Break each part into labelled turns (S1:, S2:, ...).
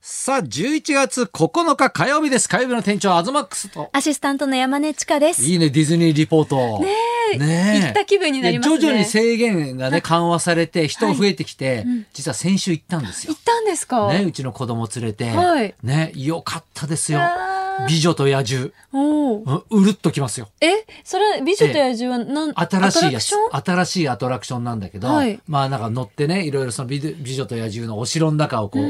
S1: さあ、11月9日火曜日です。火曜日の店長、アズマックスと。
S2: アシスタントの山根千佳です。
S1: いいね、ディズニーリポート。
S2: ねえ
S1: ねえ
S2: 行った気分になりますね
S1: いや徐々に制限がね、緩和されて、人増えてきて、実は先週行ったんです
S2: 行
S1: よ
S2: っ。たんですか。
S1: ね、うちの子供連れて。
S2: はい
S1: ね、よかったですよ
S2: あ。ー
S1: 美女と野獣。
S2: おお。
S1: うんうるっときますよ。
S2: え、それは美女と野獣はなん、
S1: 新しい
S2: アトラ
S1: や
S2: ク
S1: つ
S2: ション。
S1: 新しいアトラクションなんだけど、
S2: はい
S1: まあなんか乗ってね、いろいろその美美女と野獣のお城の中をこう、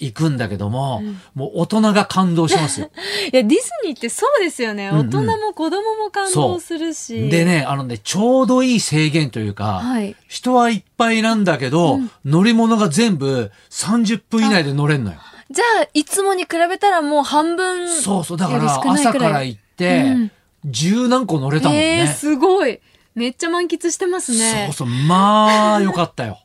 S1: 行くんだけども、もう大人が感動しますよ。
S2: いや、ディズニーってそうですよね。
S1: んう
S2: 大
S1: ん
S2: 人も子供も感動するし。
S1: で。ね、あのね、ちょうどいい制限というか、
S2: はい
S1: 人はいっぱいなんだけど、乗り物が全部30分以内で乗れんのよ。
S2: じゃあ、いつもに比べたらもう半分。
S1: そうそう、だか
S2: より少
S1: ら
S2: ない
S1: 朝
S2: く
S1: から
S2: い
S1: 行って
S2: うん、
S1: 十、何個乗れたもん
S2: えー、
S1: ね。
S2: すごい。めっちゃ満喫してますね。
S1: そうそう、まあ、よかった よ。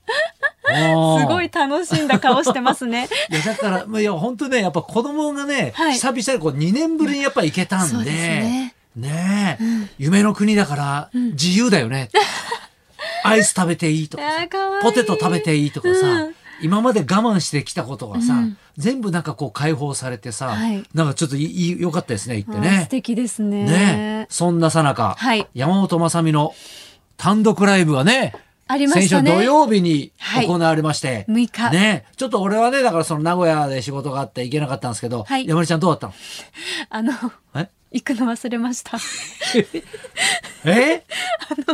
S2: す
S1: す
S2: ごい楽しんだ顔してま すね。
S1: いや、だから、まあいや、本当ね、やっぱ子供がね、
S2: はい
S1: 久々にこう2年ぶりにやっぱ行けたんで、
S2: そうですね
S1: ねえ夢の国だから自由だよね。アイス食べていいとかさ
S2: あーかわいい
S1: ポテト食べていいとかさ、
S2: うん
S1: 今まで我慢してきたことがさ、
S2: うん
S1: 全部なんかこう解放されてさ、
S2: はい
S1: なんかちょっといい良かったですね、行って
S2: あー
S1: ね
S2: 素。敵ですね。
S1: ねえそんなさなか、
S2: はい
S1: 山本まさみの単独ライブがね、
S2: ありましたね
S1: 先週土曜日に
S2: はい
S1: 行われまして、
S2: 6日
S1: ねえちょっと俺はね、だからその名古屋で仕事があって行けなかったんですけど、
S2: はい
S1: 山根ちゃんどうだったの
S2: あの、
S1: え
S2: 行くの忘れ ました。
S1: ええ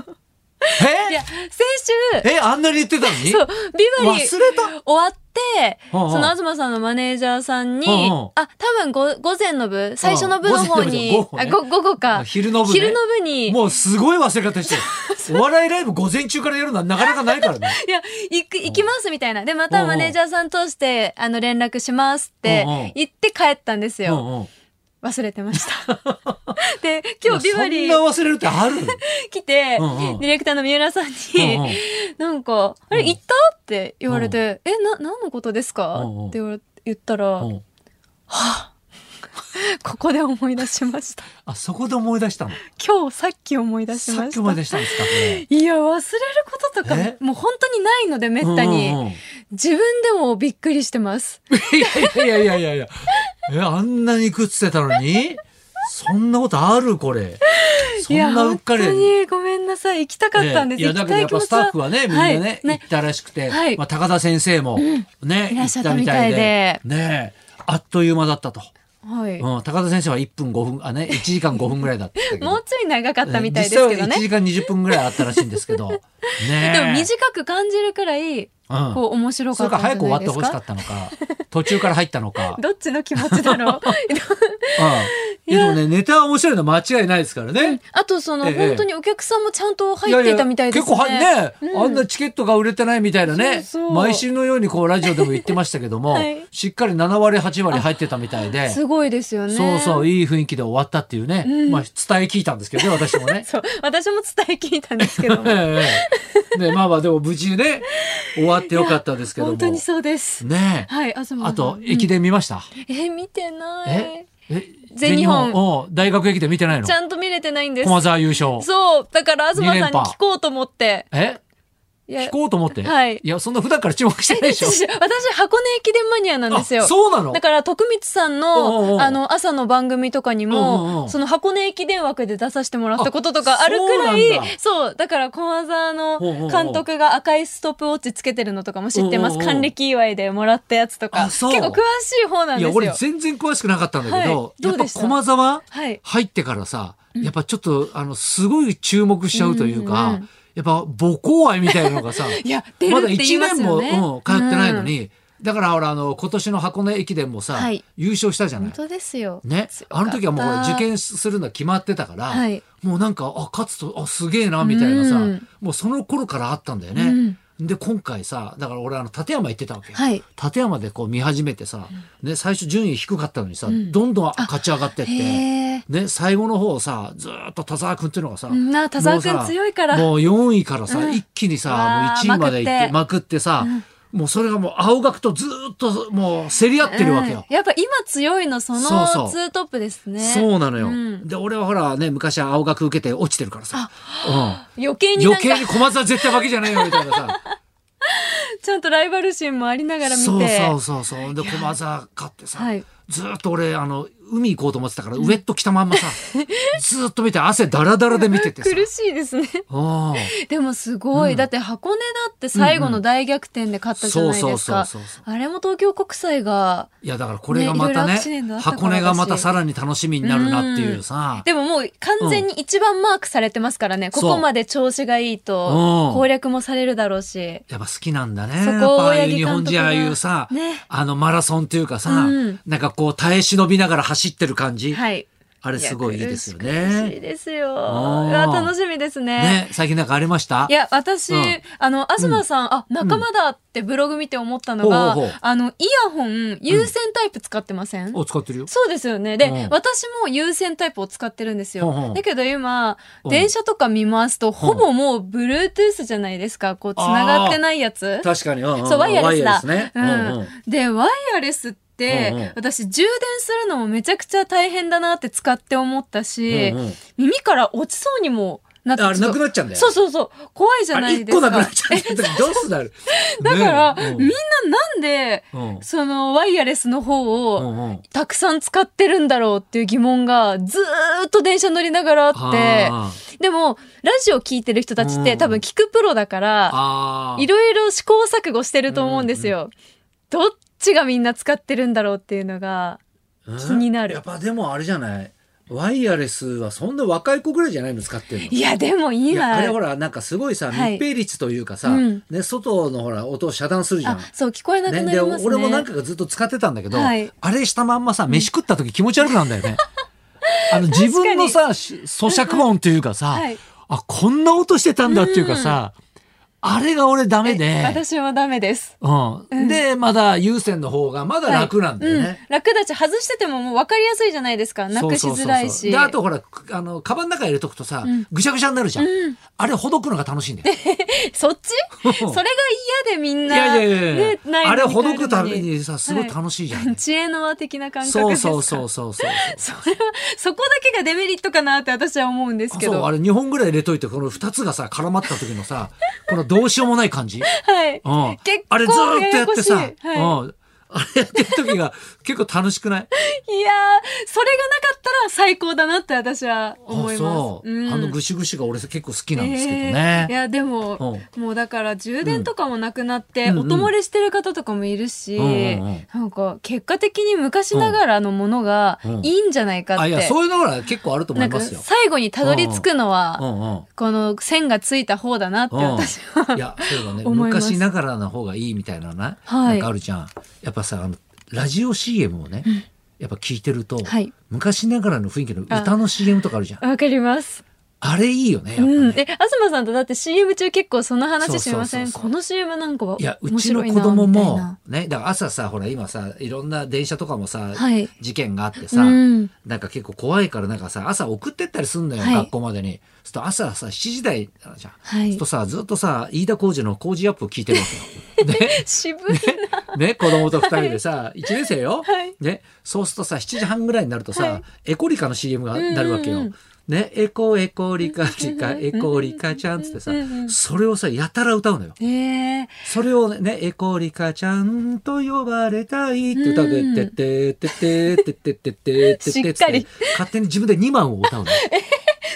S2: いや、先週、
S1: ええあんなに言ってたのに
S2: そう、ビバリー
S1: 忘れた
S2: 終わって、
S1: はあはあ
S2: その東さんのマネージャーさんに、
S1: はあは
S2: あ、多分ご午前の部、最初の部
S1: 午
S2: の
S1: 前の
S2: 方
S1: 部じゃん
S2: に
S1: 午、後
S2: あ
S1: ね
S2: ご午後か。
S1: 昼の部ね
S2: 昼の部に、
S1: もうすごい忘れ方してる。 お笑いライブ午前中からやるのはなかなかないからね。
S2: いや、行く、行きますみたいな。で、またマネージャーさん通して、あの、連絡しますって
S1: うんうん、
S2: 言って帰ったんです
S1: う
S2: よ。
S1: んうん。
S2: 忘れて ました。で、今日ビバリ
S1: そん
S2: ー
S1: な忘れるって ある
S2: 来て、デ
S1: うんうん
S2: ィレクターの三浦さん
S1: うんうん
S2: に、なんか、あ
S1: う
S2: れ
S1: ん
S2: 行ったって言われて、え、な、何のことですか
S1: うんうん
S2: って言われ言ったら、
S1: うん
S2: ここで思い出しま した。
S1: あ、そこで思い出したの。
S2: 今日さっき思い出し
S1: さっ
S2: まし
S1: きま
S2: た。
S1: でしたんですか、これ。
S2: いや、忘れることとか
S1: え、
S2: もう本当にないので、めった
S1: うんうんう
S2: に。
S1: ん
S2: 自分でもびっくりしてます。
S1: いやいやいやいやいや。え、あんなに食ってたのにそんなことあるこれ。そ
S2: い
S1: ん
S2: や、
S1: なうっ
S2: 本
S1: か
S2: 当
S1: り。
S2: にごめんなさい。行きたかったんです。
S1: ええいや、
S2: 行
S1: だけ
S2: き
S1: ど
S2: た
S1: や
S2: い
S1: っ
S2: 気持
S1: ぱ
S2: ち
S1: スタッフはね、みんなね、
S2: はい
S1: 行ったらしくて、
S2: はい
S1: まあ、高田先生も、ね、
S2: いらっ
S1: 行
S2: しゃ
S1: っ
S2: ったた
S1: み
S2: み
S1: た
S2: た
S1: い
S2: いで
S1: で、ね、あっという間だったと。
S2: はい。
S1: うん、高田先生は1分5分、あ、ね、1時間5分ぐらいだったけど。
S2: もうちょい長かったみたいですけど
S1: 実際は1時
S2: ね。
S1: 間20分ぐらいあったらしいんですけ ど。ね
S2: でも短く感じるくらい、
S1: うん
S2: こう面白
S1: そ
S2: か
S1: れか
S2: ったんじゃ
S1: 早く終わっ
S2: ないで
S1: て
S2: す
S1: ほしか
S2: か
S1: っ。たのか、途中から入ったの か。
S2: どっちの気持ちだ ろう。
S1: うん。いや、でもね、ネタは面白いのは間違いないですからね。
S2: あと、その、
S1: ええ
S2: 本当にお客さんもちゃんと入っていたみたいですね。
S1: やいや結構はね、
S2: うん
S1: あんなチケットが売れてないみたいなね
S2: そうそう
S1: 毎週のようにこうラジオでも言ってましたけども、
S2: はい
S1: しっかり7割8割入ってたみたいで、
S2: すごいですよね。。
S1: そうそういい雰囲気で終わったっていうね、まあ伝え聞いたんですけどね私もね
S2: そう。私も伝え聞いたんですけども。
S1: ええねまあまあでも無事ね終わってよかったですけども
S2: 本当にそうです。
S1: ねえ
S2: はい、あそう
S1: あと
S2: うん
S1: 駅伝見ました、
S2: え、見てない
S1: え。え
S2: 全日本
S1: を大学駅伝見てないの
S2: ちゃんと見れてないんです。
S1: 駒沢優勝
S2: そう。だから、東さん
S1: 二
S2: に
S1: 連覇
S2: 聞こうと思って。
S1: え
S2: いや
S1: 聞こうと思って、
S2: はい
S1: やそんな普段から注目してないでしょ
S2: 私、私箱根駅伝マニアなんですよ。
S1: あそうなの
S2: だから、徳光さん
S1: おうおうお
S2: の、
S1: う
S2: あの、朝の番組とかに
S1: うんうんう
S2: も、
S1: ん
S2: その箱根駅伝枠で出させてもらったこととか
S1: あ
S2: あるくら
S1: そうなんだ
S2: い、そう、だから、駒沢
S1: おうおうお
S2: の
S1: う
S2: 監督が赤いストップウォッチつけてるのとかも知ってま
S1: お
S2: す。
S1: うおうおう
S2: 還暦祝いでもらったやつとか。
S1: あ
S2: 結
S1: そう
S2: 構詳しい方なん
S1: い
S2: で
S1: や
S2: す
S1: 俺
S2: よ。
S1: 全然詳しくなかったんだけど、
S2: はいどう
S1: や
S2: で
S1: っ
S2: し
S1: ぱ
S2: た
S1: 駒沢
S2: はい
S1: 入ってからさ、やっぱちょっとあのすごい注目しちゃうというか、
S2: うんうんうん
S1: やっぱ母校愛みたいなのがさ
S2: いや、出る
S1: ま
S2: っ
S1: だ
S2: て言い
S1: 1
S2: ます
S1: 年
S2: よね。
S1: も、うん、通ってないの
S2: うん。
S1: に、だから俺あの今年の箱根駅伝もさ、
S2: はい
S1: 優勝したじゃな
S2: 本
S1: い。
S2: 当ですよ。
S1: ね
S2: 強、か
S1: あ
S2: った
S1: の時はもう俺受験するのは決まってたから、
S2: はい
S1: もうなんかあ勝つとあすげえなみたいなさ、
S2: うん
S1: もうその頃からあったんだよね。で今回さだから俺あの立山行ってたわけよ。
S2: はい
S1: 立山でこう見始めてさ、ね、最初順位低かったのにさ、どんどん勝ち上がってって。
S2: へえ。
S1: ね、最後の方さずーっと田沢君っていうのがさ
S2: うんな田沢君
S1: もうさ
S2: 強いから
S1: もう4位からさ、
S2: うん
S1: 一気に
S2: うわー
S1: さもう1位まで行ってま
S2: ま
S1: くってさ、もうそれがもう青学とずーっともう競り合ってるわけよ
S2: うん。やっぱ今強いのその
S1: そうそう
S2: ツートップですね。
S1: そうなのよ、
S2: ん
S1: で俺はほらね昔青学受けて落ちてるからさ、
S2: 余計
S1: うん、
S2: になん
S1: 余
S2: か
S1: 計に小松は絶対負けじゃねえよみたいなさ
S2: ちゃんとライバル心もありながら見て。
S1: そうそうそうそうで駒沢買ってさ、
S2: はい
S1: ずーっと俺あの海行こうと思ってたからウエット着たまんま さ、ずーっと見て汗だらだらで見ててさ
S2: 苦しいですね。
S1: うん
S2: でもすごい、だって箱根だって最後の大逆転で勝ったじゃない
S1: そ
S2: で
S1: う
S2: す
S1: そう
S2: か
S1: そうそう。
S2: あれも東京国際が、
S1: いやだからこれがまた
S2: ねいろいろア
S1: ね
S2: クシデントあったからだし
S1: 箱根がまたさらに楽しみになるなっていうさ
S2: でももう完全に一番マークされてますからね。ここまで調子がいい
S1: うん
S2: と、攻略もされるだろうし。
S1: やっぱ好きなんだね
S2: そ
S1: や
S2: こを
S1: っぱああい
S2: 八
S1: う
S2: 木
S1: 日
S2: 監督が
S1: 本人ああいうさ、
S2: ね
S1: あのマラソンっていうかさ、
S2: うん
S1: なんかこう耐え忍びながら走ってる感じ、
S2: はい。
S1: あれすごいいいですよ
S2: や苦し
S1: ね
S2: い。ですよ。う
S1: ー
S2: わ楽しみですね。
S1: ね最近なんかありました
S2: いや、私、
S1: うん
S2: あの、東さん、あ、仲間だってブログ見て思ったの
S1: ほ
S2: が、
S1: うほうほう
S2: あの、イヤホン、有線タイプ使ってません、
S1: お使ってるよ。
S2: そうですよね。で、
S1: うん
S2: 私も有線タイプを使ってるんですよ。
S1: うんうん
S2: だけど今、
S1: うん
S2: 電車とか見ますと、ほぼもう Bluetooth じゃないですか。こう、繋がってないやつ。
S1: 確かに。んん
S2: そう、ワイヤレス
S1: ワイヤレ
S2: だ。
S1: スね。
S2: う
S1: うんうん
S2: ん。で、ワイヤレスっ
S1: う
S2: て、
S1: んうん
S2: 私、充電するのもめちゃくちゃ大変だなって使って思ったし、
S1: うんうん
S2: 耳から落ちそうにもなって
S1: あれ
S2: ちょ
S1: な
S2: っと
S1: くなっちゃうんだよ。
S2: そうそうそう。怖いじゃ
S1: あ
S2: な
S1: れ
S2: い
S1: 一
S2: です
S1: 個
S2: か。
S1: なくなっちゃうんだよどうすんだろう
S2: だから、
S1: ね
S2: みんななんで、
S1: うんうん
S2: そのワイヤレスの方を、
S1: うんうん
S2: たくさん使ってるんだろうっていう疑問がずーっと電車乗りながらあって、
S1: あー
S2: でも、ラジオ聞いてる人たちっ
S1: う
S2: て
S1: ん
S2: 多分聞くプロだから、
S1: あー
S2: いろいろ試行錯誤してると思うんですよ。どっちがみんな使ってるんだろうっていうのが、気になる
S1: やっぱでもあれじゃないワイヤレスはそんな若い子ぐらいじゃないの使ってるの
S2: いや、でも
S1: いやあれほ
S2: 今、
S1: らなんかすごいさ
S2: はい
S1: 密閉率というかさ、
S2: うん
S1: ね、外のほら音を遮断するじゃん
S2: あ、。そう、聞こえなくなり
S1: ね、
S2: ます
S1: で
S2: ね。
S1: 俺も何回かずっと使ってたんだけど、
S2: はい
S1: あれしたまんまさ飯食った時気持ち悪くなんだ よね。あの自分のさし咀嚼音というかさ、
S2: はい
S1: あこんな音してたんだっていうかさ、あれが俺ダメ
S2: え
S1: で、
S2: 私はダメです。
S1: うん、でまだ有線の方がまだ楽なんだよね。
S2: はいうん楽だし、外しててももう分かりやすいじゃないですか。なくしづらいし。
S1: であとほらあのカバンの中入れとくとさ、
S2: ん
S1: ぐしゃぐしゃになるじゃん、
S2: うん
S1: あれほどくのが楽しいん だよ。
S2: そっちそれが嫌でみん
S1: い
S2: な。
S1: やいやいやいや
S2: ね、ない
S1: あれ
S2: のに
S1: ほどくため
S2: 帰る
S1: にさすごい楽しいじゃん、
S2: のに。知恵の輪的な感覚
S1: そう
S2: ですか
S1: そうそうそうそう
S2: それは、そこだけがデメリットかなって私は思うんですけ
S1: そう
S2: ど。
S1: あ
S2: は
S1: れ2本ぐらい入れといてこの2つがさ絡まった時の さこのどうしようもない感じ、うん、
S2: い。
S1: あ
S2: 結構
S1: れずーっとやってさ
S2: ややこしいは
S1: うん、あれやってる時が結構楽しくない
S2: いやー、それがなかったら最高だなって私は思
S1: あ
S2: いま
S1: そ
S2: す。
S1: う、あのぐ
S2: シ
S1: しぐしが俺結構好きなんですけどね、
S2: いや、でも、もうだから充電とかもなくなって、
S1: うん
S2: お漏れしてる方とかもいるし、
S1: うんうんうん
S2: なんか、結果的に昔ながらのものが
S1: うん
S2: いいんじゃないかって。
S1: あいやそういうのが結構あると思
S2: ないんか、
S1: ますよ
S2: 最後にたどり着くのは、
S1: うんうん
S2: この線がついた方だなって私は、
S1: いや、そうだね。
S2: 思います
S1: 昔ながらの方がいいみたいなな、
S2: は
S1: な
S2: い
S1: んかあるじゃん。やっぱさ、あの、ラジオ CM をね、やっぱ聞いてると、
S2: はい
S1: 昔ながらの雰囲気の歌の CM とかあるじゃん。あ
S2: わかります。
S1: れいいよね、やっぱね
S2: うん。え、東さんとだって CM 中結構その話しませ
S1: そうそうそ
S2: ん
S1: うそう
S2: この CM なんかはい
S1: や、う
S2: 面
S1: ちの
S2: 白いな
S1: 子供
S2: みたい
S1: も
S2: な、
S1: ね、だから朝さ、ほら今さ、いろんな電車とかもさ、
S2: はい
S1: 事件があってさ、
S2: うん
S1: なんか結構怖いから、なんかさ、朝送ってったりすんのよ、
S2: はい
S1: 学校までに。そうすると朝さ、7時台なのじゃん。
S2: は
S1: そうす
S2: い
S1: るとさ、ずっとさ、飯田浩二の工事アップを聞いてるわけよ。ね
S2: 渋い。
S1: ね、子供と二人でさ、一年生よ、
S2: はい
S1: ね、そうするとさ、7時半ぐらいになるとさ、
S2: はい
S1: エコリカの CM がなるわけよ。
S2: うんうん
S1: ね、エコエコリカリカ、エコリカちゃんっつってさ
S2: うんうんう、ん
S1: それをさ、やたら歌うのよ。
S2: えー、
S1: それをね、エコリカちゃんと呼ばれたいって歌で、
S2: うん
S1: てってってってってってってってってってっ
S2: しっか
S1: て
S2: り、
S1: 勝手に自分で2番を歌うのよ。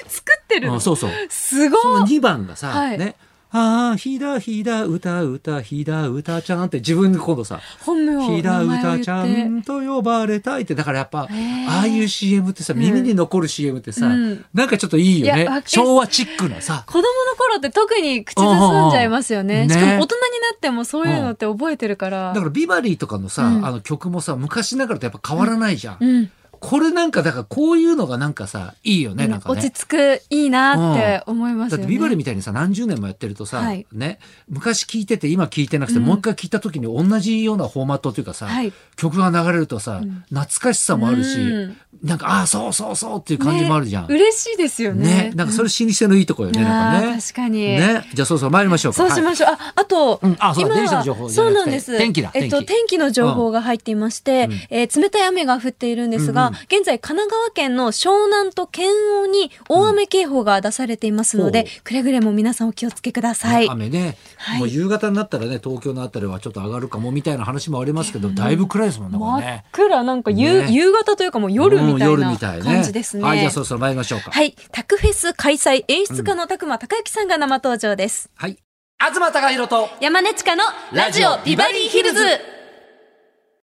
S2: 作ってる
S1: う
S2: の
S1: ん、そうそう。
S2: すごい
S1: その2番がさ、
S2: はい
S1: ね、ああ、ひだひだ歌歌ひだ歌ちゃんって自分で今度さ、
S2: 本名を
S1: ひだ
S2: 名前
S1: う
S2: を
S1: た
S2: 言って
S1: ちゃんと呼ばれたいってだからやっぱ
S2: へー
S1: ああいう CM ってさ耳に残る CM ってさ、
S2: うん
S1: なんかちょっといいよ
S2: いやわか
S1: ね
S2: る
S1: 昭和チックなさ
S2: 子供の頃って特に口ずさんじゃいますよ
S1: うんう
S2: ね。
S1: ん
S2: しか
S1: ね
S2: も大人になってもそういうのって覚えてるから。
S1: だからビバリーとかのさ、
S2: うん
S1: あの曲もさ昔ながらとやっぱ変わらないじゃん、
S2: うん、
S1: これなんかだからこういうのがなんかさいいよね、なんかね
S2: 落ち着く、いいなって思います
S1: だ
S2: よ
S1: っ
S2: ね。
S1: てビバリーみたいにさ何十年もやってるとさ、
S2: はい
S1: ね、昔聞いてて今聞いてなくて、
S2: うん
S1: もう一回聞いた時に同じようなフォーマットというかさ、
S2: はい
S1: 曲が流れるとさ、
S2: ん
S1: 懐かしさもあるし、
S2: うん
S1: なんかああそうそうそうっていう感じもあるじゃん。
S2: ね嬉しいですよ
S1: ね
S2: ね。
S1: なんかそれ老舗のいいとこよね、なんか
S2: あ
S1: ね。
S2: ー確かに。
S1: ね、じゃあそうそう参りましょうか。
S2: そうしましょう。あ、あと、
S1: うんあそうだ
S2: 今は
S1: 電車の情報じゃ
S2: そ
S1: な
S2: う
S1: くて
S2: なんです。
S1: 天気だ
S2: えっと、
S1: 天気
S2: 天気の情報が入っていまして、えー冷たい雨が降っているんですが、
S1: うん
S2: 現在神奈川県の湘南と県央に大雨警報が出されていますので、
S1: うんほ
S2: くれぐれも皆さんお気をつけください。
S1: 雨ね、
S2: はい
S1: もう夕方になったらね東京のあたりはちょっと上がるかもみたいな話もありますけど、だいぶ暗いですもんねこ
S2: 真
S1: れ
S2: っ
S1: ね
S2: 暗、なんか夕,、
S1: ね
S2: 夕方というかもう夜
S1: う
S2: みた
S1: ん
S2: い
S1: 夜
S2: な
S1: みたいね
S2: 感じですね。
S1: はいじゃあそろそろ参りましょうか
S2: はい。タクフェス開催、演出家の拓磨孝之さんが生登場です。
S1: はい東貴博と
S2: 山根地下のラジオビバリーヒルズ